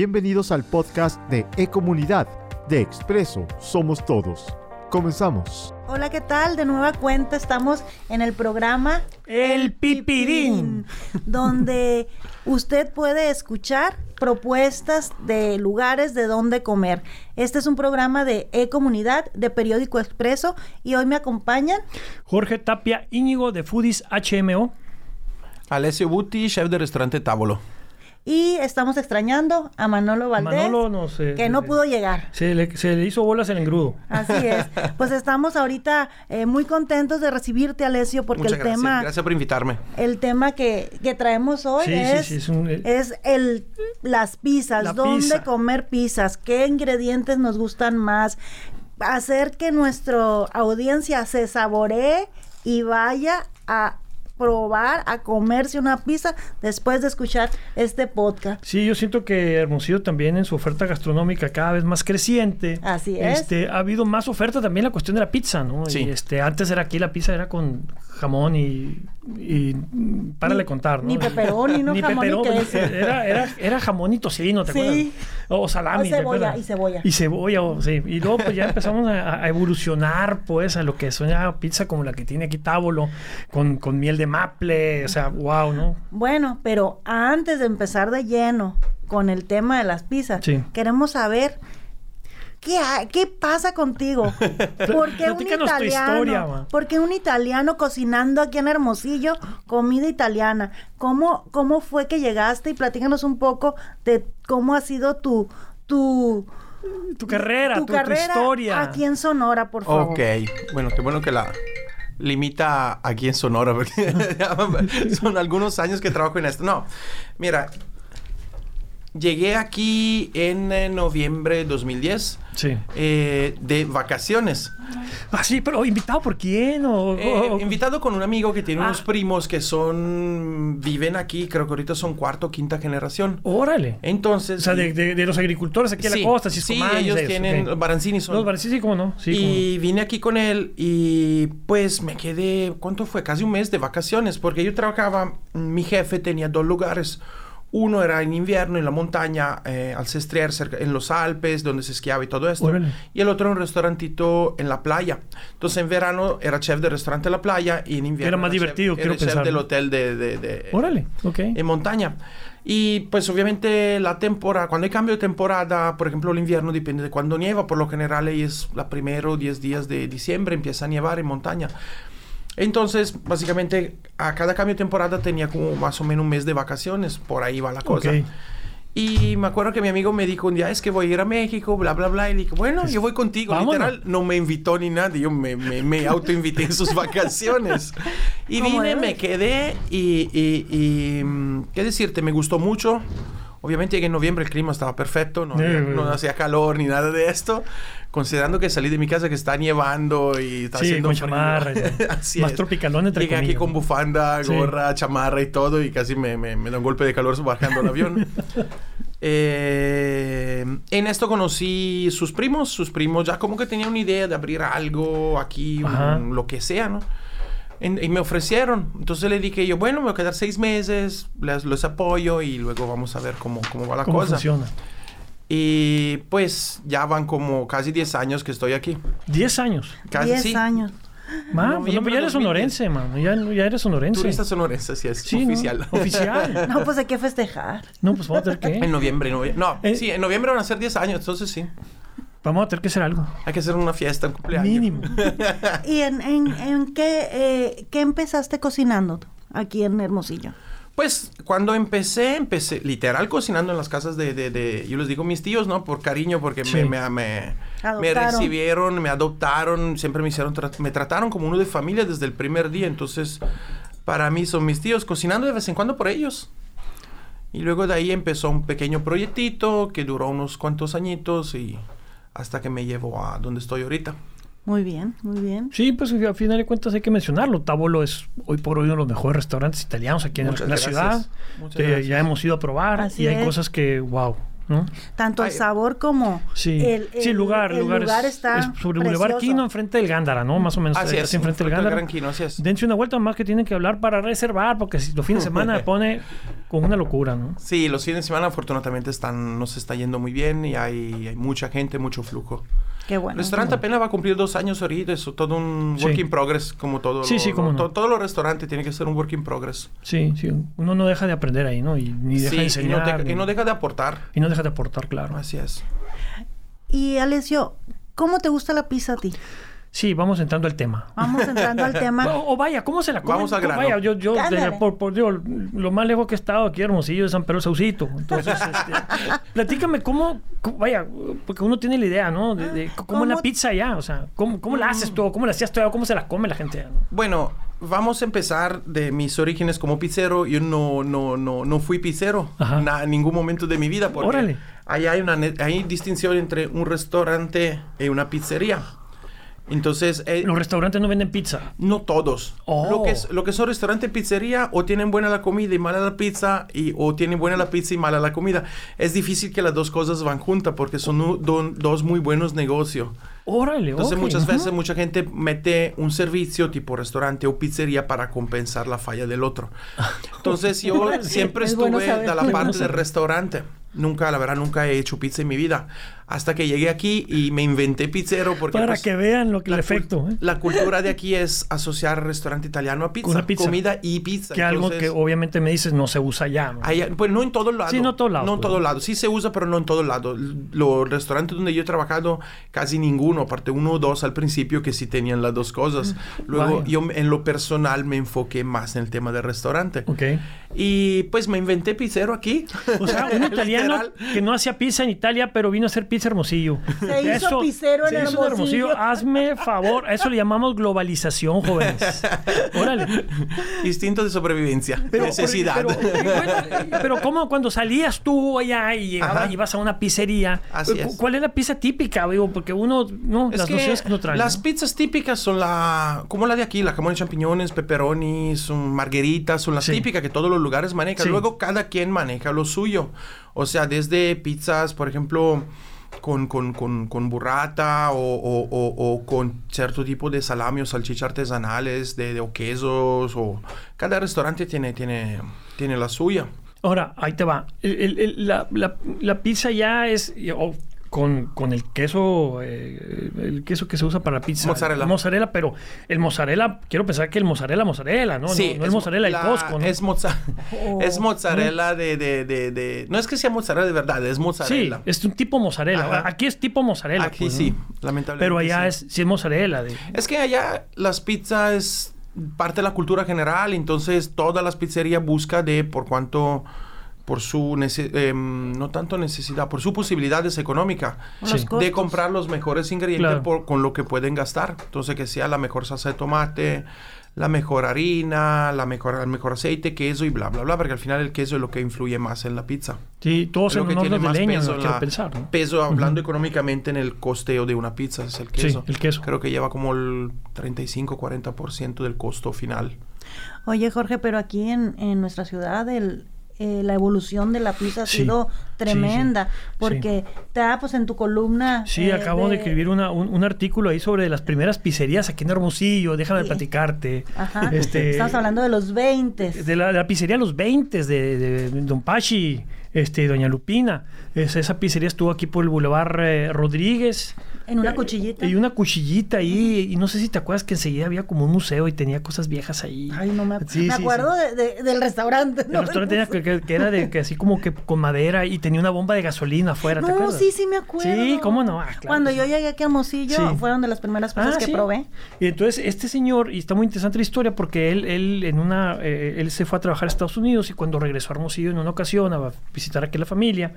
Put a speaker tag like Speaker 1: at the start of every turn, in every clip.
Speaker 1: Bienvenidos al podcast de E-Comunidad de Expreso Somos Todos. Comenzamos.
Speaker 2: Hola, ¿qué tal? De nueva cuenta estamos en el programa
Speaker 3: El Pipirín,
Speaker 2: donde usted puede escuchar propuestas de lugares de dónde comer. Este es un programa de E-Comunidad de Periódico Expreso y hoy me acompañan
Speaker 3: Jorge Tapia Íñigo de Foodies HMO.
Speaker 4: Alessio Buti, chef de restaurante Tábolo.
Speaker 2: y estamos extrañando a Manolo Valdés,
Speaker 3: Manolo no sé.
Speaker 2: que no pudo llegar.
Speaker 3: Se le, se le hizo bolas el engrudo.
Speaker 2: Así es. Pues estamos ahorita eh, muy contentos de recibirte, Alessio, porque
Speaker 4: Muchas
Speaker 2: el
Speaker 4: gracias.
Speaker 2: tema...
Speaker 4: Gracias por invitarme.
Speaker 2: El tema que, que traemos hoy
Speaker 3: Sí, sí,
Speaker 2: es,
Speaker 3: sí, es un- eh,
Speaker 2: es el, las pizzas,
Speaker 3: La
Speaker 2: dónde
Speaker 3: pizza.
Speaker 2: comer pizzas, qué ingredientes nos gustan más, hacer que nuestra audiencia se saboree y vaya a probar, a comerse una pizza después de escuchar este podcast.
Speaker 3: Sí, yo siento que Hermosillo también en su oferta gastronómica cada vez más creciente.
Speaker 2: Así es.
Speaker 3: Este, ha habido más oferta también la cuestión de la pizza, ¿no?
Speaker 4: Sí.
Speaker 3: Y este, antes era aquí la pizza era con jamón y, y mm, párale
Speaker 2: Ni-
Speaker 3: contar, ¿no? eh,
Speaker 2: ni pepperoni, no jamón y queso.
Speaker 3: Era, era, era jamón y tocino, ¿te
Speaker 2: Sí.
Speaker 3: acuerdas? O salami.
Speaker 2: O
Speaker 3: ¿te
Speaker 2: cebolla,
Speaker 3: acuerdas?
Speaker 2: y cebolla.
Speaker 3: Y cebolla, o- sí. Y luego pues ya empezamos a, a evolucionar, pues, a lo que es una pizza como la que tiene aquí Tábolo, con, con miel de maple, o sea, wow, ¿no?
Speaker 2: Bueno, pero antes de empezar de lleno con el tema de las pizzas,
Speaker 3: Sí.
Speaker 2: queremos saber qué, ha- qué pasa contigo. ¿Por qué un
Speaker 3: Platícanos tu historia,
Speaker 2: italiano?
Speaker 3: ma.
Speaker 2: ¿Por qué un italiano cocinando aquí en Hermosillo comida italiana? ¿Cómo, cómo fue que llegaste? Y platícanos un poco de cómo ha sido tu tu,
Speaker 3: Tu carrera, tu, tu
Speaker 2: carrera
Speaker 3: historia.
Speaker 2: aquí en Sonora, por favor.
Speaker 4: Ok. Bueno, qué bueno que la limita aquí en Sonora, porque ya son algunos años que trabajo en esto. No, mira, llegué aquí en eh, noviembre de 2010
Speaker 3: Sí.
Speaker 4: eh, de vacaciones.
Speaker 3: Ah, sí, pero invitado por quién? O, o-
Speaker 4: Eh,
Speaker 3: o-
Speaker 4: invitado con un amigo que tiene
Speaker 3: Oh. Ah.
Speaker 4: unos primos que son, viven aquí, creo que ahorita son cuarto o quinta generación.
Speaker 3: Órale.
Speaker 4: Entonces,
Speaker 3: O sea, de, de- de los agricultores aquí en
Speaker 4: Eh, Sí,
Speaker 3: la costa, Cisco
Speaker 4: sí,
Speaker 3: Manes,
Speaker 4: ellos
Speaker 3: de esos,
Speaker 4: tienen-
Speaker 3: ok.
Speaker 4: Barancini son.
Speaker 3: Los Barancini, sí, cómo no. Sí,
Speaker 4: y vine aquí con él y pues me quedé, ¿cuánto fue? Casi un mes de vacaciones, porque yo trabajaba, mm, mi jefe tenía dos lugares. Uno era en invierno, en la montaña, eh, al Sestrier, cerca- en los Alpes, donde se esquiaba y todo esto.
Speaker 3: Órale.
Speaker 4: Y el otro era un restaurantito en la playa. Entonces en verano era chef del restaurante en la playa y en invierno...
Speaker 3: Era más
Speaker 4: chef-
Speaker 3: divertido,
Speaker 4: era
Speaker 3: quiero
Speaker 4: chef
Speaker 3: pensar,
Speaker 4: del
Speaker 3: ¿no?
Speaker 4: hotel de... de- de-
Speaker 3: cómo. Órale, ok.
Speaker 4: eh, en montaña. Y pues obviamente la temporada, cuando hay cambio de temporada, por ejemplo el invierno depende de cuando nieva, por lo general ahí es la primero o 10 días de diciembre, empieza a nevar en montaña. Entonces, básicamente a cada cambio de temporada tenía como más o menos un mes de vacaciones, por ahí va la cosa.
Speaker 3: Ok.
Speaker 4: Y me acuerdo que mi amigo me dijo un día, es que voy a ir a México, bla, bla, bla. Y le dije, bueno, yo voy contigo.
Speaker 3: vámonos.
Speaker 4: Literal, no me invitó ni nada. Yo me, me, me autoinvité en sus vacaciones. Y
Speaker 2: ¿Cómo
Speaker 4: vine,
Speaker 2: eres?
Speaker 4: me quedé y, y- y, mm, ¿qué decirte? Me gustó mucho. Obviamente que en noviembre el clima estaba perfecto, no, había-
Speaker 3: Eh,
Speaker 4: no
Speaker 3: eh.
Speaker 4: hacía calor ni nada de esto. Considerando que salí de mi casa que está nevando y está
Speaker 3: Sí,
Speaker 4: haciendo
Speaker 3: con
Speaker 4: frío.
Speaker 3: chamarra y todo.
Speaker 4: Así
Speaker 3: Más
Speaker 4: es.
Speaker 3: tropicalón, entre
Speaker 4: Llegué aquí
Speaker 3: comillas,
Speaker 4: con
Speaker 3: ¿no?
Speaker 4: bufanda,
Speaker 3: Sí.
Speaker 4: gorra, chamarra y todo y casi me, me- me da un golpe de calor bajando el avión. Eh, en esto conocí sus primos, sus primos ya como que tenían una idea de abrir algo aquí, un-
Speaker 3: Ajá.
Speaker 4: lo que sea, ¿no? En- y me ofrecieron. Entonces le dije yo, bueno, me voy a quedar seis meses, les, los apoyo y luego vamos a ver cómo, cómo va la
Speaker 3: ¿Cómo
Speaker 4: cosa.
Speaker 3: funciona?
Speaker 4: Y pues ya van como casi 10 años que estoy aquí.
Speaker 3: 10 años.
Speaker 4: Casi
Speaker 2: Diez
Speaker 4: sí.
Speaker 2: años.
Speaker 3: Man,
Speaker 4: Noviembre
Speaker 3: no, pero ya eres
Speaker 4: 2010.
Speaker 3: sonorense, mano. Ya, ya eres sonorense.
Speaker 4: Turista sonorense, así es,
Speaker 3: Sí, ¿no?
Speaker 4: oficial.
Speaker 3: Oficial.
Speaker 2: No, pues hay que festejar.
Speaker 3: No, pues vamos a tener
Speaker 4: En
Speaker 3: que.
Speaker 4: noviembre, novie- no,
Speaker 3: Eh.
Speaker 4: sí, en noviembre van a ser 10 años, entonces sí.
Speaker 3: Vamos a tener que hacer algo.
Speaker 4: Hay que hacer una fiesta, un cumpleaños.
Speaker 3: Mínimo.
Speaker 2: ¿Y en, en, en qué, eh, qué empezaste cocinando aquí en Hermosillo?
Speaker 4: Pues cuando empecé, empecé literal cocinando en las casas de, de- de- yo les digo mis tíos, ¿no? Por cariño, porque me,
Speaker 3: Sí.
Speaker 4: me, me- me
Speaker 2: Adoptaron.
Speaker 4: recibieron, me adoptaron, siempre me hicieron, tra- me trataron como uno de familia desde el primer día, entonces para mí son mis tíos, cocinando de vez en cuando por ellos. Y luego de ahí empezó un pequeño proyectito que duró unos cuantos añitos y hasta que me llevó a donde estoy ahorita.
Speaker 2: Muy bien, muy bien.
Speaker 3: Sí, pues al final de cuentas hay que mencionarlo. Tabolo es hoy por hoy uno de los mejores restaurantes italianos aquí en
Speaker 4: Muchas
Speaker 3: la
Speaker 4: gracias.
Speaker 3: ciudad.
Speaker 4: Muchas
Speaker 3: Eh,
Speaker 4: gracias.
Speaker 3: ya hemos ido a probar
Speaker 2: Así
Speaker 3: y hay
Speaker 2: es.
Speaker 3: cosas que, wow, ¿no?
Speaker 2: Tanto el
Speaker 4: Ay,
Speaker 2: sabor como
Speaker 3: Sí,
Speaker 2: el,
Speaker 3: sí, el lugar,
Speaker 2: el
Speaker 3: lugar, es-
Speaker 2: está
Speaker 3: es sobre Boulevard
Speaker 2: precioso.
Speaker 3: Quino, enfrente del Gándara, ¿no? Más o menos,
Speaker 4: Así
Speaker 3: eh,
Speaker 4: es,
Speaker 3: enfrente del
Speaker 4: enfrente del
Speaker 3: Gándara.
Speaker 4: Gran Quino, así es.
Speaker 3: Dense una vuelta más que tienen que hablar para reservar, porque si los fines de semana pone con una locura, ¿no?
Speaker 4: Sí, los fines de semana afortunadamente están, nos está yendo muy bien y hay, hay mucha gente, mucho flujo.
Speaker 2: Qué
Speaker 4: El
Speaker 2: bueno.
Speaker 4: restaurante apenas va a cumplir dos años ahorita, es todo un
Speaker 3: Sí.
Speaker 4: work in progress, como todo.
Speaker 3: Sí,
Speaker 4: lo-
Speaker 3: sí, cómo
Speaker 4: lo-
Speaker 3: no.
Speaker 4: to- Todo lo restaurante tiene que ser un work in progress.
Speaker 3: Sí, sí, uno no deja de aprender ahí, ¿no? Y ni deja de
Speaker 4: Sí, y, no
Speaker 3: enseñar.
Speaker 4: deja, y no deja de aportar.
Speaker 3: y no deja de aportar, claro.
Speaker 4: Así es.
Speaker 2: Y Alessio, ¿cómo te gusta la pizza a ti?
Speaker 3: Sí, vamos entrando al tema.
Speaker 2: Vamos entrando al tema.
Speaker 3: O, o vaya, ¿cómo se la comen?
Speaker 4: Vamos al grano.
Speaker 3: Vaya, yo, yo, de-
Speaker 2: Ándale.
Speaker 3: por, por Dios, lo más lejos que he estado aquí, Hermosillo, de San Pedro Saucito. Entonces, este, platícame cómo, cómo- vaya, porque uno tiene la idea, ¿no? De, de cómo, es la
Speaker 2: ¿Cómo-
Speaker 3: pizza allá, o sea, cómo, cómo la haces tú, cómo la hacías tú, cómo se la come la gente allá, ¿no?
Speaker 4: Bueno, vamos a empezar de mis orígenes como pizzero. Yo no, no, no, no fui pizzero
Speaker 3: Ajá.
Speaker 4: na- en ningún momento de mi vida. Porque
Speaker 3: Órale.
Speaker 4: Ahí hay una ne- hay distinción entre un restaurante y una pizzería. Entonces, eh,
Speaker 3: Los restaurantes no venden pizza.
Speaker 4: no todos.
Speaker 3: Oh.
Speaker 4: Lo, que es, lo que son restaurante y pizzería, o tienen buena la comida y mala la pizza, y, o tienen buena la pizza y mala la comida. Es difícil que las dos cosas van juntas porque son u- don- dos muy buenos negocios.
Speaker 3: Órale,
Speaker 4: Entonces
Speaker 3: ok,
Speaker 4: muchas
Speaker 3: ajá.
Speaker 4: veces mucha gente mete un servicio tipo restaurante o pizzería para compensar la falla del otro. Entonces yo siempre
Speaker 2: Es
Speaker 4: estuve
Speaker 2: bueno
Speaker 4: de
Speaker 2: saber.
Speaker 4: la
Speaker 2: Es
Speaker 3: bueno
Speaker 4: parte del
Speaker 3: saber.
Speaker 4: restaurante. Nunca, la verdad, nunca he hecho pizza en mi vida. Hasta que llegué aquí y me inventé pizzero porque...
Speaker 3: Para
Speaker 4: pues,
Speaker 3: que vean lo que el
Speaker 4: la
Speaker 3: efecto,
Speaker 4: cul-
Speaker 3: ¿eh?
Speaker 4: La cultura de aquí es asociar restaurante italiano a pizza,
Speaker 3: Con la pizza.
Speaker 4: comida y pizza.
Speaker 3: que algo que
Speaker 4: Entonces,
Speaker 3: obviamente me dices no se usa allá. ¿no?
Speaker 4: hay- pues no en todos lados.
Speaker 3: Sí, no en todos lados,
Speaker 4: No en
Speaker 3: pues.
Speaker 4: todos lados. Sí se usa, pero no en todos lados. L- Los restaurantes donde yo he trabajado, casi ninguno, aparte uno o dos al principio que sí tenían las dos cosas. Luego
Speaker 3: Mm, Vaya.
Speaker 4: yo m- en lo personal me enfoqué más en el tema del restaurante.
Speaker 3: Ok.
Speaker 4: Y pues me inventé pizzero aquí.
Speaker 3: O sea, un italiano que no hacía pizza en Italia, pero vino a hacer pizza hermosillo.
Speaker 2: Se hizo pizzero en
Speaker 3: se hizo
Speaker 2: Hermosillo.
Speaker 3: Hazme favor. A eso le llamamos globalización, jóvenes. Órale.
Speaker 4: Instinto de sobrevivencia. necesidad.
Speaker 3: Pero, bueno, pero ¿cómo cuando salías tú allá y llegabas
Speaker 4: Ajá.
Speaker 3: y ibas a una pizzería?
Speaker 4: Así
Speaker 3: ¿cu-
Speaker 4: es.
Speaker 3: ¿Cuál es la pizza típica? Digo, porque uno, no,
Speaker 4: Es
Speaker 3: las
Speaker 4: que
Speaker 3: nociones que uno trae.
Speaker 4: Las
Speaker 3: ¿no?
Speaker 4: pizzas típicas son la. como la de aquí, la jamón y champiñones, pepperonis, son margueritas, son las
Speaker 3: Sí.
Speaker 4: típicas que todos los lugares manejan.
Speaker 3: Sí.
Speaker 4: Luego cada quien maneja lo suyo. O sea, desde pizzas, por ejemplo. Con, con, con, con burrata o, o- o- o con cierto tipo de salami o salchicha artesanales de, de- o quesos o cada restaurante tiene, tiene, tiene la suya.
Speaker 3: Ahora, ahí te va. El- el- el- la, la- la pizza ya es y- o con, con el queso, eh, el queso que se usa para la pizza.
Speaker 4: Mozzarella.
Speaker 3: Mozzarella, pero el mozzarella, quiero pensar que el mozzarella, mozzarella, ¿no? no, no el
Speaker 4: es
Speaker 3: mozzarella,
Speaker 4: la-
Speaker 3: el Costco, ¿no? Oh.
Speaker 4: Es, mozza- es mozzarella de, de, de, de- No es que sea mozzarella de verdad, es
Speaker 3: sí,
Speaker 4: mozzarella.
Speaker 3: es un tipo mozzarella.
Speaker 4: Ajá.
Speaker 3: Aquí es tipo mozzarella.
Speaker 4: Aquí
Speaker 3: pues, ¿no?
Speaker 4: sí, lamentablemente.
Speaker 3: Pero allá
Speaker 4: sí.
Speaker 3: es, sí es mozzarella. de-
Speaker 4: Es que allá las pizzas es parte de la cultura general, entonces todas las pizzerías busca de por cuanto por su nece- em, no tanto necesidad, por sus posibilidades económicas
Speaker 2: Los Sí.
Speaker 4: de
Speaker 2: costos.
Speaker 4: comprar los mejores ingredientes
Speaker 3: Claro.
Speaker 4: por- con lo que pueden gastar. Entonces que sea la mejor salsa de tomate, la mejor harina, la mejor el mejor aceite, queso y bla bla bla, porque al final el queso es lo que influye más en la pizza.
Speaker 3: sí, todos
Speaker 4: Es lo
Speaker 3: en
Speaker 4: que
Speaker 3: hornos
Speaker 4: tiene
Speaker 3: de
Speaker 4: más
Speaker 3: leña,
Speaker 4: peso,
Speaker 3: no
Speaker 4: en
Speaker 3: quiero
Speaker 4: la-
Speaker 3: pensar. ¿no?
Speaker 4: peso hablando económicamente en el costeo de una pizza, es el queso.
Speaker 3: el queso.
Speaker 4: Creo que lleva como el 35-40% del costo final.
Speaker 2: Oye, Jorge, pero aquí en, en nuestra ciudad el, eh, la evolución de la pizza ha
Speaker 3: Sí.
Speaker 2: sido
Speaker 3: Sí, sí.
Speaker 2: tremenda. Porque está, pues, en tu columna.
Speaker 3: Sí,
Speaker 2: eh,
Speaker 3: acabo de, escribir una- un, un artículo ahí sobre las primeras pizzerías aquí en Hermosillo. Déjame
Speaker 2: Sí.
Speaker 3: platicarte.
Speaker 2: Ajá.
Speaker 3: Este,
Speaker 2: Estamos hablando de los 20.
Speaker 3: de la, de la pizzería Los 20 de, de Don Pachi, este, Doña Lupina. Es- esa pizzería estuvo aquí por el Boulevard eh, Rodríguez.
Speaker 2: En una cuchillita.
Speaker 3: Eh, Y una cuchillita ahí. Y no sé si te acuerdas que enseguida había como un museo y tenía cosas viejas ahí.
Speaker 2: Ay, no me,
Speaker 3: Sí,
Speaker 2: me
Speaker 3: sí, sí.
Speaker 2: acuerdo de- de- del restaurante.
Speaker 3: El
Speaker 2: ¿no?
Speaker 3: restaurante tenía que, que- que era de que así como que con madera y tenía una bomba de gasolina afuera. ¿te
Speaker 2: No,
Speaker 3: acuerdas?
Speaker 2: sí, sí me acuerdo.
Speaker 3: Sí, cómo no. Ah, claro
Speaker 2: Cuando
Speaker 3: que
Speaker 2: yo
Speaker 3: sí.
Speaker 2: llegué aquí a Mosillo,
Speaker 3: Sí.
Speaker 2: fueron de las primeras cosas
Speaker 3: Ah,
Speaker 2: que
Speaker 3: sí.
Speaker 2: probé.
Speaker 3: Y entonces este señor, y está muy interesante la historia porque él, él, en una, eh, él se fue a trabajar a Estados Unidos y cuando regresó a Hermosillo en una ocasión a visitar aquí a la familia,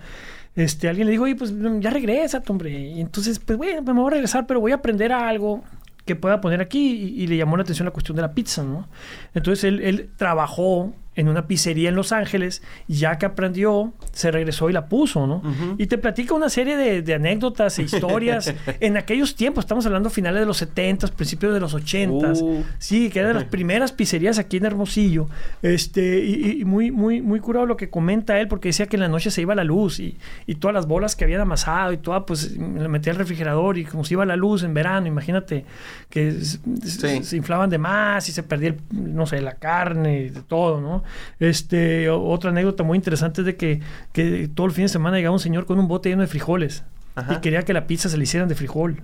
Speaker 3: este, alguien le dijo, oye, pues mm, ya regresa, hombre. Y entonces, pues bueno, pues, me voy a regresar, pero voy a aprender algo que pueda poner aquí. Y, y le llamó la atención la cuestión de la pizza, ¿no? Entonces él, él trabajó en una pizzería en Los Ángeles, ya que aprendió, se regresó y la puso, ¿no?
Speaker 4: Ujú.
Speaker 3: Y te platica una serie de, de anécdotas e historias. en aquellos tiempos, estamos hablando finales de los 70s, principios de los 80s.
Speaker 4: Uh.
Speaker 3: Sí, que era de las primeras pizzerías aquí en Hermosillo. Este, y, y muy, muy, muy curado lo que comenta él, porque decía que en la noche se iba la luz y, y todas las bolas que habían amasado y toda, pues le metía al refrigerador y como se iba la luz en verano, imagínate que s- s- se inflaban de más y se perdía, el- no sé, la carne y de todo, ¿no? Este, o- otra anécdota muy interesante es de que, que todo el fin de semana llegaba un señor con un bote lleno de frijoles.
Speaker 4: Ajá.
Speaker 3: Y quería que la pizza se le hicieran de frijol.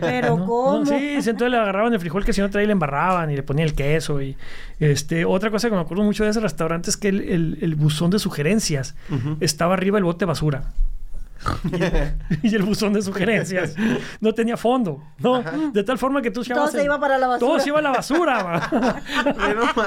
Speaker 2: Pero
Speaker 3: ¿no?
Speaker 2: ¿cómo?
Speaker 3: No, sí, sí, entonces le agarraban el frijol que si no traía y le embarraban y le ponían el queso. Y este, otra cosa que me acuerdo mucho de ese restaurante es que el, el- el buzón de sugerencias estaba arriba del bote de basura. Y, y el buzón de sugerencias no tenía fondo, ¿no? De tal forma que tú llegabas
Speaker 2: se
Speaker 3: en-
Speaker 2: iba para la basura.
Speaker 3: Todo se iba a la basura, ma.
Speaker 4: Menos mal.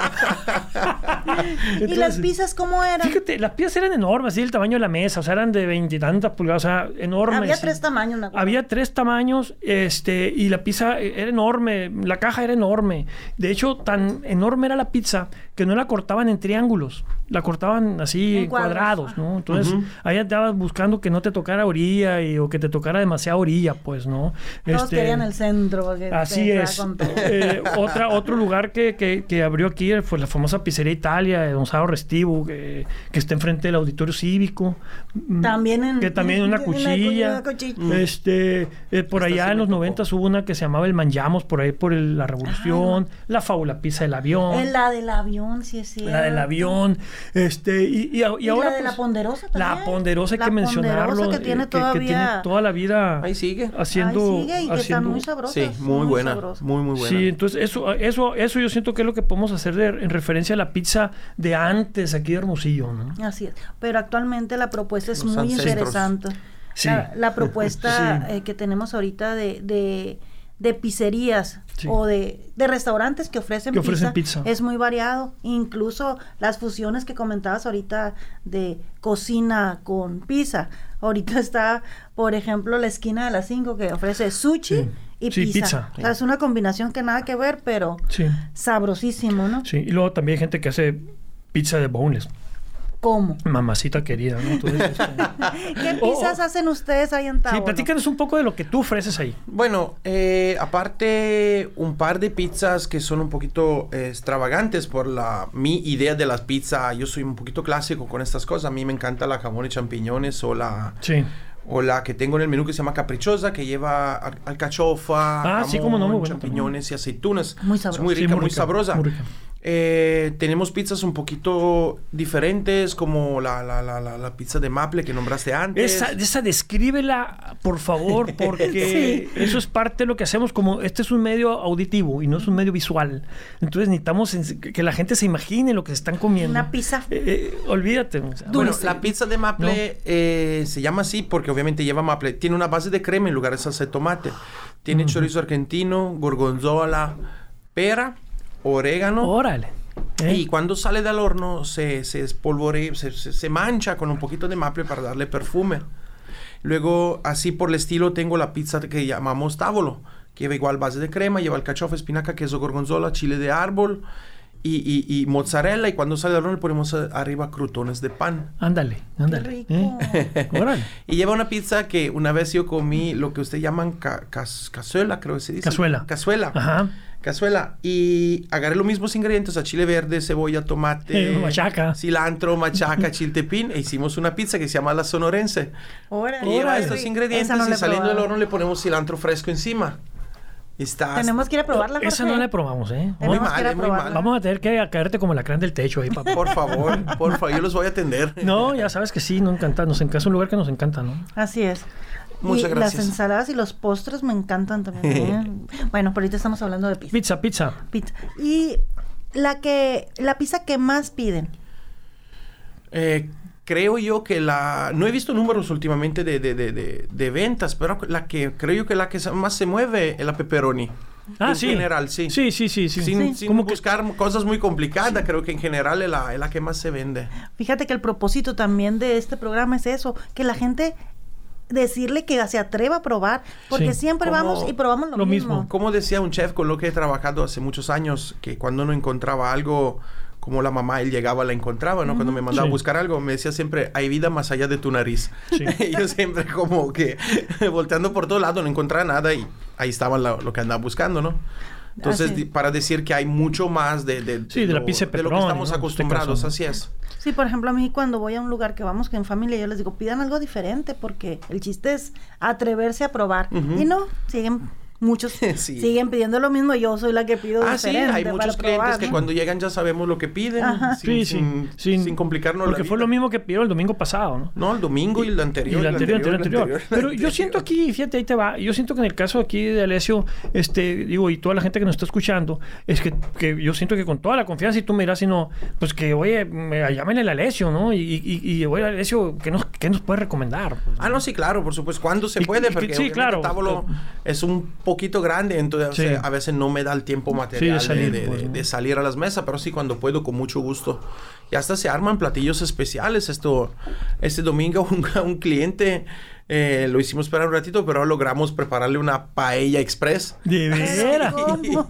Speaker 2: ¿Y las
Speaker 3: Entonces-
Speaker 2: pizzas cómo eran?
Speaker 3: Fíjate, las piezas eran enormes, así el tamaño de la mesa, o sea, eran de veintitantas pulgadas, o sea, enormes.
Speaker 2: Había
Speaker 3: Y-
Speaker 2: tres tamaños, una cosa.
Speaker 3: Había tres tamaños, este, y la pizza era enorme, la caja era enorme. De hecho, tan enorme era la pizza que no la cortaban en triángulos, la cortaban así
Speaker 2: En
Speaker 3: en cuadrados,
Speaker 2: cuadros,
Speaker 3: ¿no? Entonces, ahí andabas buscando que no te tocara orilla y- o que te tocara demasiada orilla, pues, ¿no?
Speaker 2: Todos
Speaker 3: Este,
Speaker 2: querían el centro. Porque
Speaker 3: Así
Speaker 2: se va
Speaker 3: es.
Speaker 2: con todo.
Speaker 3: Eh, otra, otro lugar que, que- que abrió aquí fue la famosa pizzería Italia, de Gonzalo Restivo, que, que está enfrente del auditorio cívico. Mm,
Speaker 2: También en-
Speaker 3: Que también
Speaker 2: en-
Speaker 3: una
Speaker 2: en la
Speaker 3: cuchilla.
Speaker 2: cu- cuchilla.
Speaker 3: Este, eh, por
Speaker 4: Esta sí
Speaker 3: allá en
Speaker 4: me
Speaker 3: los
Speaker 4: tocó.
Speaker 3: noventas hubo una que se llamaba El Manjamos, por ahí por el- la Revolución,
Speaker 2: Ah,
Speaker 3: la Fábula Pizza del Avión.
Speaker 2: Eh, La del avión, sí, sí.
Speaker 3: la del avión, este, y, y, a- y
Speaker 2: Y,
Speaker 3: ahora.
Speaker 2: la de la
Speaker 3: pues,
Speaker 2: ponderosa también.
Speaker 3: la ponderosa hay
Speaker 2: La
Speaker 3: que mencionarlo.
Speaker 2: Ponderosa
Speaker 3: eh,
Speaker 2: que tiene
Speaker 3: que
Speaker 2: todavía.
Speaker 3: tiene toda la vida
Speaker 4: Ahí sigue.
Speaker 3: haciendo.
Speaker 2: Ay, sigue y que están
Speaker 3: haciendo-
Speaker 2: muy sabrosas.
Speaker 4: Sí,
Speaker 2: son
Speaker 4: muy buena.
Speaker 2: sabrosas.
Speaker 4: Muy, muy buena.
Speaker 3: Sí, entonces eso, eso, eso yo siento que es lo que podemos hacer de- en referencia a la pizza de antes aquí de Hermosillo, ¿no?
Speaker 2: Así es. Pero actualmente la propuesta es
Speaker 4: Los
Speaker 2: muy
Speaker 4: ancestros.
Speaker 2: interesante.
Speaker 3: Sí.
Speaker 2: La, la propuesta
Speaker 3: Sí.
Speaker 2: eh, que tenemos ahorita de, de, de pizzerías
Speaker 3: Sí.
Speaker 2: o de, de restaurantes que ofrecen,
Speaker 3: Que ofrecen pizza.
Speaker 2: es muy variado. Incluso las fusiones que comentabas ahorita de cocina con pizza. Ahorita está, por ejemplo, la esquina de las 5 que ofrece sushi
Speaker 3: Sí.
Speaker 2: y
Speaker 3: Sí,
Speaker 2: pizza.
Speaker 3: pizza.
Speaker 2: O sea, es una combinación que nada que ver, pero
Speaker 3: Sí.
Speaker 2: sabrosísimo, ¿no?
Speaker 3: Sí, y luego también hay gente que hace pizza de boneless,
Speaker 2: ¿Cómo?
Speaker 3: mamacita querida, ¿no? Entonces, este,
Speaker 2: ¿Qué
Speaker 3: Oh,
Speaker 2: pizzas
Speaker 3: oh.
Speaker 2: hacen ustedes ahí en
Speaker 3: sí,
Speaker 2: Tábano?
Speaker 3: platícanos un poco de lo que tú ofreces ahí.
Speaker 4: Bueno, eh, aparte un par de pizzas que son un poquito eh, extravagantes por la mi idea de las pizzas. Yo soy un poquito clásico con estas cosas. A mí me encanta la jamón y champiñones o la
Speaker 3: Sí.
Speaker 4: o la que tengo en el menú que se llama caprichosa que lleva al- alcachofa,
Speaker 3: Ah, sí, cómo no, muy buena
Speaker 4: champiñones y aceitunas.
Speaker 2: Muy
Speaker 4: Es
Speaker 2: sabrosa.
Speaker 4: muy
Speaker 3: Sí,
Speaker 4: rica, muy,
Speaker 3: rica,
Speaker 4: sabrosa.
Speaker 3: muy rica.
Speaker 4: Eh, tenemos pizzas un poquito diferentes como la, la- la- la- la pizza de maple que nombraste antes.
Speaker 3: Esa, esa descríbela, por favor, porque eso es parte de lo que hacemos. Como este es un medio auditivo y no es un medio visual, entonces necesitamos ens- que la gente se imagine lo que se están comiendo.
Speaker 2: Una pizza.
Speaker 3: Eh, eh, olvídate. o sea,
Speaker 4: Bueno,
Speaker 2: Dulce.
Speaker 4: la pizza de maple
Speaker 3: No.
Speaker 4: eh, se llama así porque obviamente lleva maple. Tiene una base de crema en lugar de salsa de tomate. Tiene chorizo argentino, gorgonzola, pera, orégano.
Speaker 3: Órale. ¿eh?
Speaker 4: Y cuando sale del horno se, se espolvorea, se, se- se mancha con un poquito de maple para darle perfume. Luego, así por el estilo, tengo la pizza que llamamos tábolo, que lleva igual base de crema, lleva alcachofa, espinaca, queso gorgonzola, chile de árbol y, y- y mozzarella. Y cuando sale del horno le ponemos a- arriba crutones de pan.
Speaker 3: Ándale, ándale.
Speaker 2: rico.
Speaker 4: Mm.
Speaker 3: ¿eh? Órale.
Speaker 4: Y lleva una pizza que una vez yo comí lo que ustedes llaman ca- cas- cazuela, creo que se dice.
Speaker 3: Cazuela.
Speaker 4: Cazuela.
Speaker 3: Ajá.
Speaker 4: Cazuela. Y agarré los mismos ingredientes, a chile verde, cebolla, tomate.
Speaker 3: Eh, machaca.
Speaker 4: Cilantro, machaca, chiltepín. E hicimos una pizza que se llama la sonorense.
Speaker 2: Órale.
Speaker 4: Y lleva
Speaker 2: Órale.
Speaker 4: estos
Speaker 2: Esa
Speaker 4: ingredientes
Speaker 2: no la
Speaker 4: y
Speaker 2: he
Speaker 4: saliendo del
Speaker 2: probado.
Speaker 4: horno le ponemos cilantro fresco encima. Está...
Speaker 2: Tenemos que ir a probarla, Jorge.
Speaker 3: Esa no la probamos, ¿eh?
Speaker 4: Muy
Speaker 2: Tenemos que ir a
Speaker 4: mal, muy
Speaker 2: probarla.
Speaker 4: mal.
Speaker 3: Vamos a tener que caerte como la crán del techo ahí, papá.
Speaker 4: Por favor, por favor, yo los voy a atender.
Speaker 3: No, ya sabes que sí, nos encanta, nos encanta, es un lugar que nos encanta, ¿no?
Speaker 2: Así es.
Speaker 4: Muchas
Speaker 2: y
Speaker 4: gracias.
Speaker 2: Las ensaladas y los postres me encantan también. ¿eh? bueno, pero ahorita estamos hablando de pizza.
Speaker 3: Pizza, pizza.
Speaker 2: Pizza. Y la que la pizza que más piden.
Speaker 4: Eh, creo yo que la... No he visto números últimamente de, de- de- de- de ventas, pero la que creo yo que la que se- más se mueve es la pepperoni.
Speaker 3: Ah,
Speaker 4: en
Speaker 3: sí.
Speaker 4: general, sí.
Speaker 3: Sí, sí, sí, sí.
Speaker 4: Sin,
Speaker 2: Sí.
Speaker 4: sin
Speaker 3: Como que-
Speaker 4: buscar cosas muy complicadas, creo que en general es la, es la que más se vende.
Speaker 2: Fíjate que el propósito también de este programa es eso, que la gente decirle que se atreva a probar, porque
Speaker 3: Sí.
Speaker 2: siempre
Speaker 4: Como
Speaker 2: vamos y probamos lo,
Speaker 3: lo mismo.
Speaker 2: mismo.
Speaker 4: Como decía un chef con lo que he trabajado hace muchos años, que cuando no encontraba algo como la mamá, él llegaba, la encontraba, ¿no? Cuando me mandaba
Speaker 3: Sí.
Speaker 4: a buscar algo, me decía siempre, hay vida más allá de tu nariz.
Speaker 3: Sí.
Speaker 4: Y yo siempre como que volteando por todos lados, no encontraba nada y ahí estaba la- lo que andaba buscando, ¿no? Entonces,
Speaker 2: Así.
Speaker 4: di- para decir que hay mucho más de, de,
Speaker 3: Sí, de la
Speaker 4: lo,
Speaker 3: pizza de
Speaker 4: de lo que
Speaker 3: pepperoni,
Speaker 4: estamos
Speaker 3: ¿no? En este
Speaker 4: acostumbrados,
Speaker 3: caso, ¿no?
Speaker 4: así es.
Speaker 2: Sí, por ejemplo, a mí cuando voy a un lugar que vamos que en familia, yo les digo, pidan algo diferente, porque el chiste es atreverse a probar.
Speaker 4: Ujú.
Speaker 2: Y no, siguen, muchos
Speaker 4: Sí.
Speaker 2: siguen pidiendo lo mismo, yo soy la que pido
Speaker 4: Ah, sí,
Speaker 2: diferente.
Speaker 4: hay muchos
Speaker 2: para
Speaker 4: clientes
Speaker 2: probar,
Speaker 4: que
Speaker 2: ¿no?
Speaker 4: cuando llegan ya sabemos lo que piden,
Speaker 2: Ajá.
Speaker 4: sin,
Speaker 3: Sí, sí.
Speaker 4: sin,
Speaker 3: Sin-
Speaker 4: sin complicarnos la
Speaker 3: Porque fue
Speaker 4: vida.
Speaker 3: lo mismo que pidieron el domingo pasado, ¿no?
Speaker 4: No, el domingo y el
Speaker 3: Y
Speaker 4: anterior.
Speaker 3: el
Speaker 4: el
Speaker 3: anterior, anterior,
Speaker 4: el
Speaker 3: anterior.
Speaker 4: el
Speaker 3: Pero yo siento
Speaker 4: anterior.
Speaker 3: aquí, fíjate, ahí te va. Yo siento que en el caso aquí de Alessio, este, digo, y toda la gente que nos está escuchando, es que, que yo siento que con toda la confianza, y tú me dirás, si no, pues que, oye, me, llámenle al Alessio, ¿no? Y, y, y oye, Alessio, ¿qué nos, qué nos puede recomendar? Pues,
Speaker 4: Ah, no, sí, claro, por supuesto. Cuando se
Speaker 3: Y- y-
Speaker 4: puede,
Speaker 3: y-
Speaker 4: porque
Speaker 3: sí,
Speaker 4: obviamente
Speaker 3: claro.
Speaker 4: Tábolo es un poquito grande, entonces
Speaker 3: Sí.
Speaker 4: a veces no me da el tiempo material de-
Speaker 3: salir,
Speaker 4: de, de-
Speaker 3: pues, ¿no?
Speaker 4: de salir a las mesas, pero sí cuando puedo, con mucho gusto. Y hasta se arman platillos especiales. Esto, este domingo un, un cliente eh, lo hicimos esperar un ratito, pero logramos prepararle una paella express.
Speaker 3: de veras.
Speaker 2: ¿Cómo?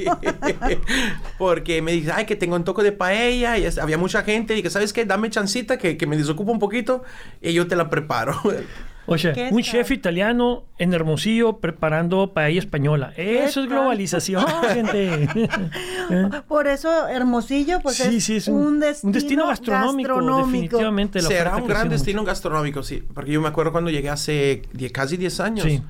Speaker 4: Porque me dice, ay, que tengo un toque de paella. Y es- había mucha gente. Y que, ¿sabes qué? Dame chancita que, que me desocupo un poquito y yo te la preparo.
Speaker 3: Oye,
Speaker 2: ¿Qué
Speaker 3: un
Speaker 2: tal?
Speaker 3: chef italiano en Hermosillo preparando paella española. Eso es
Speaker 2: tal? Pues
Speaker 3: globalización, gente.
Speaker 2: Por eso, Hermosillo, pues
Speaker 3: sí,
Speaker 2: es,
Speaker 3: sí, es
Speaker 2: un, destino,
Speaker 3: gastronómico,
Speaker 2: gastronómico.
Speaker 3: definitivamente. la
Speaker 4: Será
Speaker 3: oferta
Speaker 4: un
Speaker 3: que
Speaker 4: gran
Speaker 3: hacemos.
Speaker 4: destino gastronómico, sí. Porque yo me acuerdo cuando llegué hace die- casi 10 años.
Speaker 3: Sí.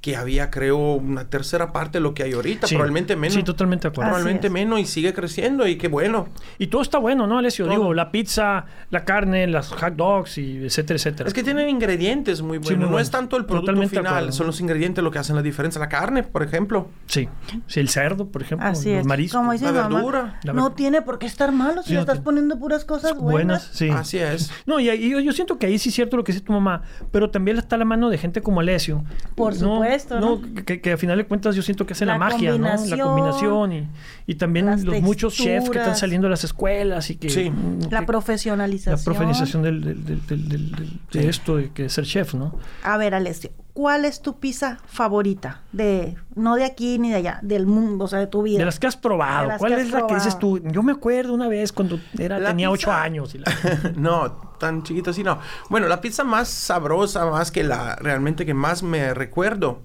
Speaker 4: Que había, creo, una tercera parte de lo que hay ahorita.
Speaker 3: Sí.
Speaker 4: Probablemente menos.
Speaker 3: Sí, totalmente de acuerdo.
Speaker 2: Así
Speaker 4: Probablemente
Speaker 2: es.
Speaker 4: menos y sigue creciendo. Y qué bueno.
Speaker 2: Ah.
Speaker 3: Y todo está bueno, ¿no, Alessio?
Speaker 4: Todo.
Speaker 3: Digo, la pizza, la carne, las hot dogs, y etcétera, etcétera.
Speaker 4: Es que tienen ingredientes muy buenos.
Speaker 3: muy
Speaker 4: no
Speaker 3: bueno.
Speaker 4: es tanto el producto
Speaker 3: Totalmente de
Speaker 4: final,
Speaker 3: acuerdo.
Speaker 4: son los ingredientes lo que hacen la diferencia. La carne, por ejemplo.
Speaker 3: Sí. Sí, el cerdo, por ejemplo,
Speaker 2: Así
Speaker 3: los
Speaker 2: es.
Speaker 3: mariscos.
Speaker 2: Como dice
Speaker 4: la
Speaker 2: mi mamá,
Speaker 4: verdura,
Speaker 3: la
Speaker 2: no
Speaker 3: verdura.
Speaker 2: tiene por qué estar malo si
Speaker 3: Sí,
Speaker 2: le
Speaker 3: no
Speaker 2: estás
Speaker 3: tiene-
Speaker 2: poniendo puras cosas buenas.
Speaker 3: sí.
Speaker 4: Así es.
Speaker 3: No, y, ahí- yo, yo siento que ahí sí es cierto lo que dice tu mamá, pero también está la mano de gente como Alessio.
Speaker 2: Por
Speaker 3: No,
Speaker 2: supuesto, ¿no?
Speaker 3: que, que a final de cuentas yo siento que hace la,
Speaker 2: La
Speaker 3: magia, ¿no?
Speaker 2: combinación,
Speaker 3: La combinación y, y también los
Speaker 2: las
Speaker 3: muchos chefs que están
Speaker 2: texturas.
Speaker 3: saliendo de las escuelas y que... mm,
Speaker 4: Sí.
Speaker 2: La
Speaker 3: que-
Speaker 2: profesionalización.
Speaker 3: la profesionalización del, del- del- del- del- del- de
Speaker 4: Sí.
Speaker 3: esto, de que ser chef, ¿no?
Speaker 2: A ver, Alessio, ¿cuál es tu pizza favorita? De, no de aquí ni de allá, del mundo, o sea, de tu vida.
Speaker 3: De las que has probado,
Speaker 2: De las
Speaker 3: ¿cuál
Speaker 2: que has
Speaker 3: es la que dices tú?
Speaker 2: probado.
Speaker 3: Yo me acuerdo una vez cuando era,
Speaker 4: La
Speaker 3: tenía ocho
Speaker 4: pizza.
Speaker 3: años. y la-
Speaker 4: no, tan chiquito así no. Bueno, la pizza más sabrosa, más que la realmente que más me recuerdo,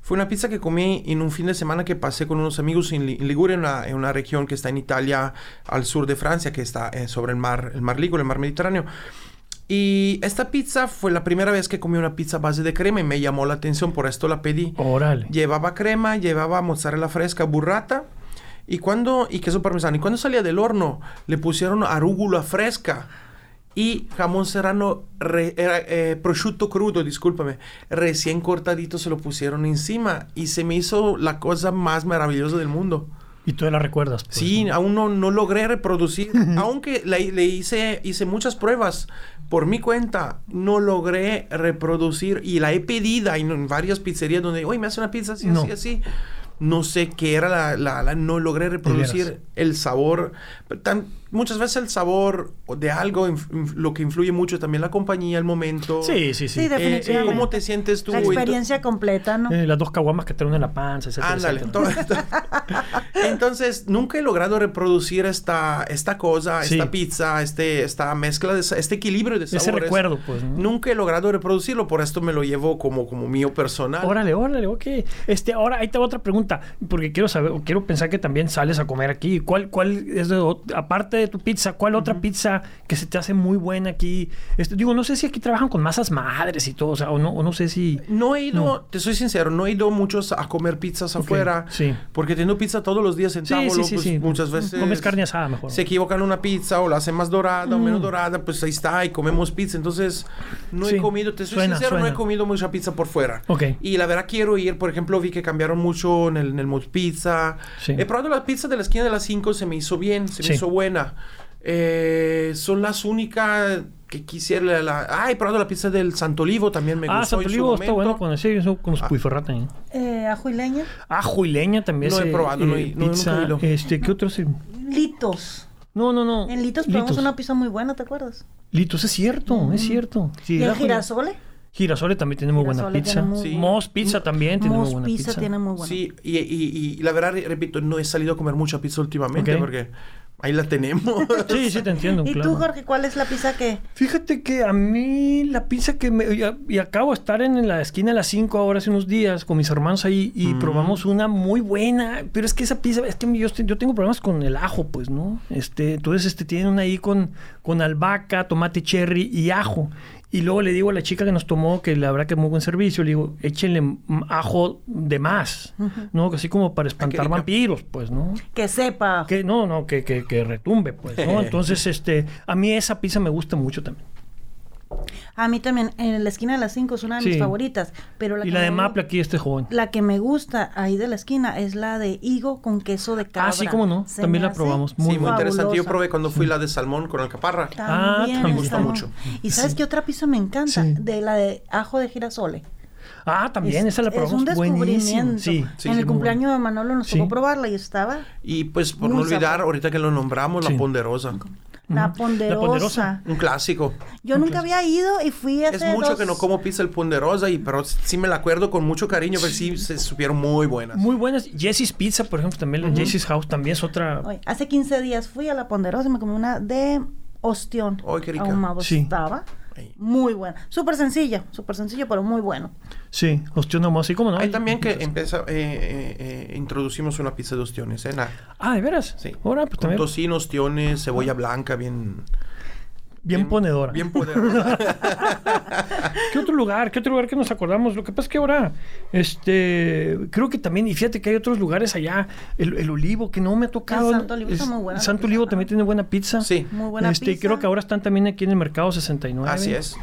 Speaker 4: fue una pizza que comí en un fin de semana que pasé con unos amigos en, Li- en Liguria, en una, en una región que está en Italia, al sur de Francia, que está eh, sobre el mar, el mar Ligure, el mar Mediterráneo. Y esta pizza fue la primera vez que comí una pizza a base de crema y me llamó la atención, por esto la pedí.
Speaker 3: Órale.
Speaker 4: Llevaba crema, llevaba mozzarella fresca, burrata y cuando y queso parmesano. Y cuando salía del horno le pusieron arúgula fresca y jamón serrano re- era, eh, prosciutto crudo, discúlpame, recién cortadito se lo pusieron encima y se me hizo la cosa más maravillosa del mundo.
Speaker 3: Y tú la recuerdas. pues,
Speaker 4: Sí,
Speaker 3: ¿no?
Speaker 4: aún no, no logré reproducir, aunque le, le hice, hice muchas pruebas por mi cuenta, no logré reproducir y la he pedida en, en varias pizzerías donde, oye, me hace una pizza así,
Speaker 3: No.
Speaker 4: así, así. No sé qué era la, la- la- no logré reproducir
Speaker 3: veras.
Speaker 4: el sabor. Pero tan- muchas veces el sabor de algo, inf- inf- lo que influye mucho es también la compañía, el momento.
Speaker 3: Sí, sí, sí.
Speaker 2: Sí,
Speaker 4: Eh, eh,
Speaker 2: definitivamente.
Speaker 4: ¿Cómo te sientes tú?
Speaker 2: La experiencia completa, ¿no?
Speaker 3: Eh, las dos caguamas que traen en la panza, etcétera,
Speaker 4: Ándale.
Speaker 3: etcétera.
Speaker 4: to- Entonces, nunca he logrado reproducir esta, esta cosa,
Speaker 3: Sí.
Speaker 4: esta pizza, este, esta mezcla, de, sa- este equilibrio de
Speaker 3: Ese
Speaker 4: sabores.
Speaker 3: recuerdo, pues, ¿no?
Speaker 4: Nunca he logrado reproducirlo, por esto me lo llevo como, como mío personal.
Speaker 3: Órale, órale, ok. Este, ahora ahí te va otra pregunta, porque quiero saber, o quiero pensar que también sales a comer aquí. ¿Cuál, cuál es de ot- aparte de tu pizza, cuál otra pizza que se te hace muy buena aquí? Este, digo, no sé si aquí trabajan con masas madres y todo, o sea, o no, o no sé si.
Speaker 4: No he ido,
Speaker 3: No.
Speaker 4: te soy sincero, no he ido muchos a comer pizzas afuera.
Speaker 3: sí.
Speaker 4: Porque tengo pizza todos los días en
Speaker 3: Sí,
Speaker 4: Tábolo,
Speaker 3: sí, sí,
Speaker 4: pues,
Speaker 3: sí.
Speaker 4: muchas veces.
Speaker 3: Comes carne asada mejor.
Speaker 4: Se equivocan una pizza o la hacen más dorada o menos dorada, pues ahí está y comemos pizza. Entonces, no
Speaker 3: Mm. Sí.
Speaker 4: he comido, te soy
Speaker 3: Suena,
Speaker 4: sincero, no
Speaker 3: suena.
Speaker 4: he comido mucha pizza por fuera.
Speaker 3: Ok.
Speaker 4: Y la verdad quiero ir, por ejemplo, vi que cambiaron mucho en el, en el Mos Pizza.
Speaker 3: Sí.
Speaker 4: He probado la pizza de la esquina de las 5, se me hizo bien, se
Speaker 3: Sí.
Speaker 4: me hizo buena. Eh, son las únicas que quisiera. La, la- ah, he probado la pizza del Santolivo, también me
Speaker 3: ah,
Speaker 4: gustó. en su
Speaker 3: Santolivo está
Speaker 4: momento. Ah.
Speaker 3: bueno con ese, eso con los puiferrata. ¿eh?
Speaker 2: Eh, ajo y leña.
Speaker 3: Ajo y leña también.
Speaker 4: No he
Speaker 3: se-
Speaker 4: probado, no he- no, nunca
Speaker 3: pizza,
Speaker 4: he ido.
Speaker 3: Este, ¿qué otro? se-
Speaker 2: Litos.
Speaker 3: No, no, no.
Speaker 2: En Litos probamos una pizza muy buena, ¿te acuerdas?
Speaker 3: Litos, es cierto, es cierto. Sí,
Speaker 2: y el
Speaker 3: ajo y-
Speaker 2: girasole.
Speaker 3: Girasole también tiene muy buena
Speaker 2: Girasole
Speaker 3: pizza.
Speaker 2: tiene muy-
Speaker 4: Sí.
Speaker 3: Mos Pizza también tiene muy
Speaker 2: Mos
Speaker 3: buena
Speaker 2: pizza,
Speaker 3: pizza.
Speaker 2: tiene muy buena.
Speaker 4: Sí, y, y- y la verdad, re- repito, no he salido a comer mucha pizza últimamente
Speaker 3: Ok.
Speaker 4: porque Ahí la tenemos.
Speaker 3: Sí, sí, te entiendo.
Speaker 2: ¿Y
Speaker 3: claro.
Speaker 2: tú, Jorge, cuál es la pizza que?
Speaker 3: Fíjate que a mí la pizza que me... Y, a- y acabo de estar en la esquina a las 5 ahora hace unos días con mis hermanos ahí y probamos una muy buena. Pero es que esa pizza... Es que yo, estoy- yo tengo problemas con el ajo, pues, ¿no? Este, entonces, este, tienen una ahí con, con albahaca, tomate cherry y ajo. Y luego le digo a la chica que nos tomó, que la verdad que muy buen servicio, le digo, échenle mm, ajo de más, ¿no? Así como para espantar
Speaker 4: rico.
Speaker 3: vampiros, pues, ¿no?
Speaker 2: Que sepa.
Speaker 3: Que no, no, que, que, que retumbe, pues, ¿no? Entonces, este, a mí esa pizza me gusta mucho también.
Speaker 2: A mí también, en la esquina de las 5 es una de mis
Speaker 3: Sí.
Speaker 2: favoritas. Pero la
Speaker 3: y
Speaker 2: que
Speaker 3: la de
Speaker 2: me-
Speaker 3: Maple aquí, este joven.
Speaker 2: La que me gusta ahí de la esquina es la de higo con queso de cabra.
Speaker 3: Ah, sí, cómo no,
Speaker 2: Se
Speaker 3: también
Speaker 2: me
Speaker 3: la
Speaker 2: hace
Speaker 3: probamos,
Speaker 4: sí, muy
Speaker 3: buena.
Speaker 4: interesante. Yo
Speaker 2: fabulosa.
Speaker 4: probé cuando fui la de salmón con alcaparra.
Speaker 3: Ah,
Speaker 2: También
Speaker 3: también.
Speaker 2: me
Speaker 4: Me gusta mucho.
Speaker 2: ¿Y sabes qué otra pizza me encanta?
Speaker 3: Sí.
Speaker 2: De la de ajo de girasole.
Speaker 3: Ah, también,
Speaker 2: Es-
Speaker 3: esa la probamos.
Speaker 2: Es un
Speaker 3: Buenísimo.
Speaker 2: descubrimiento.
Speaker 3: Sí, sí,
Speaker 2: en
Speaker 3: sí,
Speaker 2: el
Speaker 3: muy
Speaker 2: cumpleaños
Speaker 3: buena.
Speaker 2: de Manolo nos
Speaker 3: Sí.
Speaker 2: tocó probarla y estaba
Speaker 4: Y pues, por
Speaker 2: Muy
Speaker 4: no olvidar,
Speaker 2: sabroso.
Speaker 4: ahorita que lo nombramos,
Speaker 3: Sí.
Speaker 4: la ponderosa.
Speaker 2: la,
Speaker 3: Ujú. La
Speaker 2: ponderosa.
Speaker 3: ponderosa.
Speaker 4: Un clásico.
Speaker 2: Yo nunca había ido y fui hace
Speaker 4: Es mucho
Speaker 2: dos-
Speaker 4: que no como pizza el ponderosa, y, pero sí me la acuerdo con mucho cariño, pero sí se supieron muy buenas.
Speaker 3: Muy buenas. Jessie's Pizza, por ejemplo, también. la Jessie's House también es otra.
Speaker 2: Oye, hace 15 días fui a la Ponderosa y me comí una de ostión.
Speaker 4: Ay, qué rica.
Speaker 2: Ahumado
Speaker 3: Sí.
Speaker 2: estaba.
Speaker 4: Ay.
Speaker 2: Muy buena. Súper sencilla, súper sencillo, pero muy bueno.
Speaker 3: Sí, ostión nomás. Sí, cómo no.
Speaker 4: Hay también que empieza, eh, eh, eh, introducimos una pizza de ostiones, ¿eh? Na-
Speaker 3: Ah, de veras.
Speaker 4: Sí.
Speaker 3: Ahora, pues
Speaker 4: Con
Speaker 3: también.
Speaker 4: tocino, ostiones, cebolla blanca, bien...
Speaker 3: bien, ponedora.
Speaker 4: Bien ponedora.
Speaker 3: ¿Qué otro lugar? ¿Qué otro lugar que nos acordamos? Lo que pasa es que ahora, este, creo que también, y fíjate que hay otros lugares allá, el, el Olivo, que no me ha tocado.
Speaker 2: El Santo Olivo está muy buena la
Speaker 3: Santo
Speaker 2: pizza,
Speaker 3: Olivo
Speaker 2: ¿no?
Speaker 3: también tiene buena pizza.
Speaker 4: sí,
Speaker 2: Muy buena
Speaker 3: Este, y
Speaker 2: pizza.
Speaker 3: creo que ahora están también aquí en el mercado 69.
Speaker 4: así es.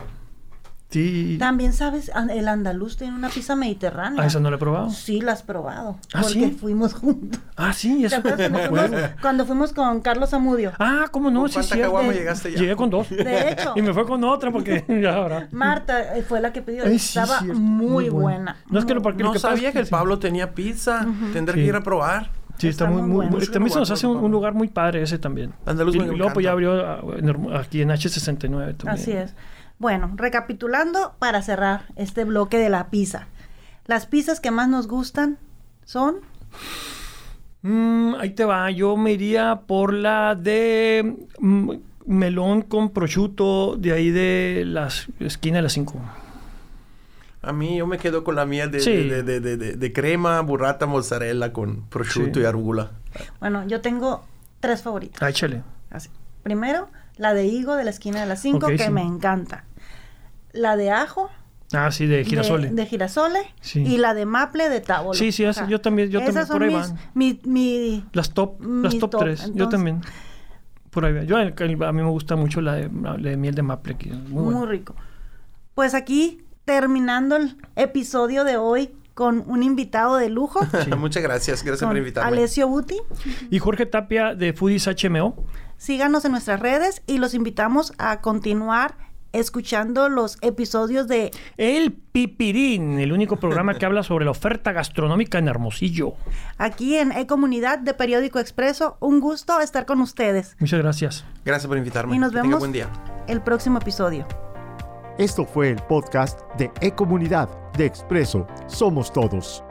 Speaker 3: Sí.
Speaker 2: También, ¿sabes? An- El andaluz tiene una pizza mediterránea.
Speaker 3: Ah, esa no la he probado.
Speaker 2: Sí, la has probado.
Speaker 3: ¿Ah,
Speaker 2: porque
Speaker 3: sí?
Speaker 2: fuimos juntos.
Speaker 3: Ah, sí,
Speaker 2: ¿Te
Speaker 3: eso
Speaker 2: acuerdas que
Speaker 3: me
Speaker 2: nos
Speaker 3: acuerdo.
Speaker 2: fuimos- cuando fuimos con Carlos Amudio?
Speaker 3: Ah, ¿cómo no?
Speaker 4: ¿Con
Speaker 3: Sí,
Speaker 4: cuánta
Speaker 3: sí,
Speaker 4: caguama
Speaker 3: de-
Speaker 4: llegaste ya?
Speaker 3: Llegué con dos.
Speaker 2: De hecho.
Speaker 3: Y me fue con otra porque ya habrá.
Speaker 2: Marta eh, fue la que pidió.
Speaker 3: Ay, sí,
Speaker 2: estaba
Speaker 3: cierto,
Speaker 2: muy,
Speaker 3: muy buena.
Speaker 2: buena.
Speaker 3: No, es que lo
Speaker 2: Muy
Speaker 3: porque-
Speaker 4: No
Speaker 3: que pasa
Speaker 4: sabía
Speaker 3: es
Speaker 4: que
Speaker 3: que
Speaker 4: el
Speaker 3: sí.
Speaker 4: Pablo tenía pizza. Tendré
Speaker 3: Sí.
Speaker 4: que ir a probar.
Speaker 3: Sí,
Speaker 2: Está
Speaker 3: está,
Speaker 2: muy
Speaker 3: muy, muy,
Speaker 2: bueno.
Speaker 3: bueno.
Speaker 4: Yo
Speaker 3: También se
Speaker 4: no
Speaker 3: nos hace un,
Speaker 4: aguanto.
Speaker 3: un lugar muy padre ese también.
Speaker 4: Andaluz
Speaker 3: y,
Speaker 4: me
Speaker 3: y luego pues ya
Speaker 4: encanta.
Speaker 3: abrió ah, en Hermo- aquí en H69 también.
Speaker 2: Así es. Bueno, recapitulando para cerrar este bloque de la pizza. Las pizzas que más nos gustan son
Speaker 3: Mm, ahí te va. Yo me iría por la de mm, melón con prosciutto de ahí de las esquina de las 5.
Speaker 4: A mí yo me quedo con la mía de,
Speaker 3: Sí.
Speaker 4: de, de- de- de- de crema, burrata, mozzarella con prosciutto
Speaker 3: Sí.
Speaker 4: y arugula.
Speaker 2: Bueno, yo tengo tres favoritas.
Speaker 3: Ah, échale.
Speaker 2: Así. Primero, la de higo de la esquina de las 5,
Speaker 3: Ok,
Speaker 2: que
Speaker 3: sí.
Speaker 2: me encanta. La de ajo.
Speaker 3: Ah, sí, de girasole.
Speaker 2: De, de girasole.
Speaker 3: Sí.
Speaker 2: Y la de maple de tábolo.
Speaker 3: Sí, sí, esa- yo también- yo
Speaker 2: esas
Speaker 3: también por ahí
Speaker 2: son mis- mi- mi-
Speaker 3: Las top, las
Speaker 2: Mis
Speaker 3: top
Speaker 2: top,
Speaker 3: 3. Yo
Speaker 2: entonces.
Speaker 3: también. Por ahí. va. Yo, el- el- a mí me gusta mucho la de, la de miel de maple. Aquí.
Speaker 2: muy,
Speaker 3: Muy buena.
Speaker 2: rico. Pues aquí, terminando el episodio de hoy con un invitado de lujo.
Speaker 4: Muchas gracias. Gracias por
Speaker 2: con
Speaker 4: invitarme.
Speaker 2: Alessio Buti.
Speaker 3: Y Jorge Tapia de Foodies HMO.
Speaker 2: Síganos en nuestras redes y los invitamos a continuar escuchando los episodios de
Speaker 3: El Pipirín, el único programa que habla sobre la oferta gastronómica en Hermosillo.
Speaker 2: aquí en E-Comunidad de Periódico Expreso. Un gusto estar con ustedes
Speaker 3: Muchas gracias.
Speaker 4: Gracias por invitarme.
Speaker 2: Y nos
Speaker 4: Que tenga
Speaker 2: vemos.
Speaker 4: buen día.
Speaker 2: el próximo episodio.
Speaker 1: Esto fue el podcast de E-Comunidad de Expreso Somos Todos.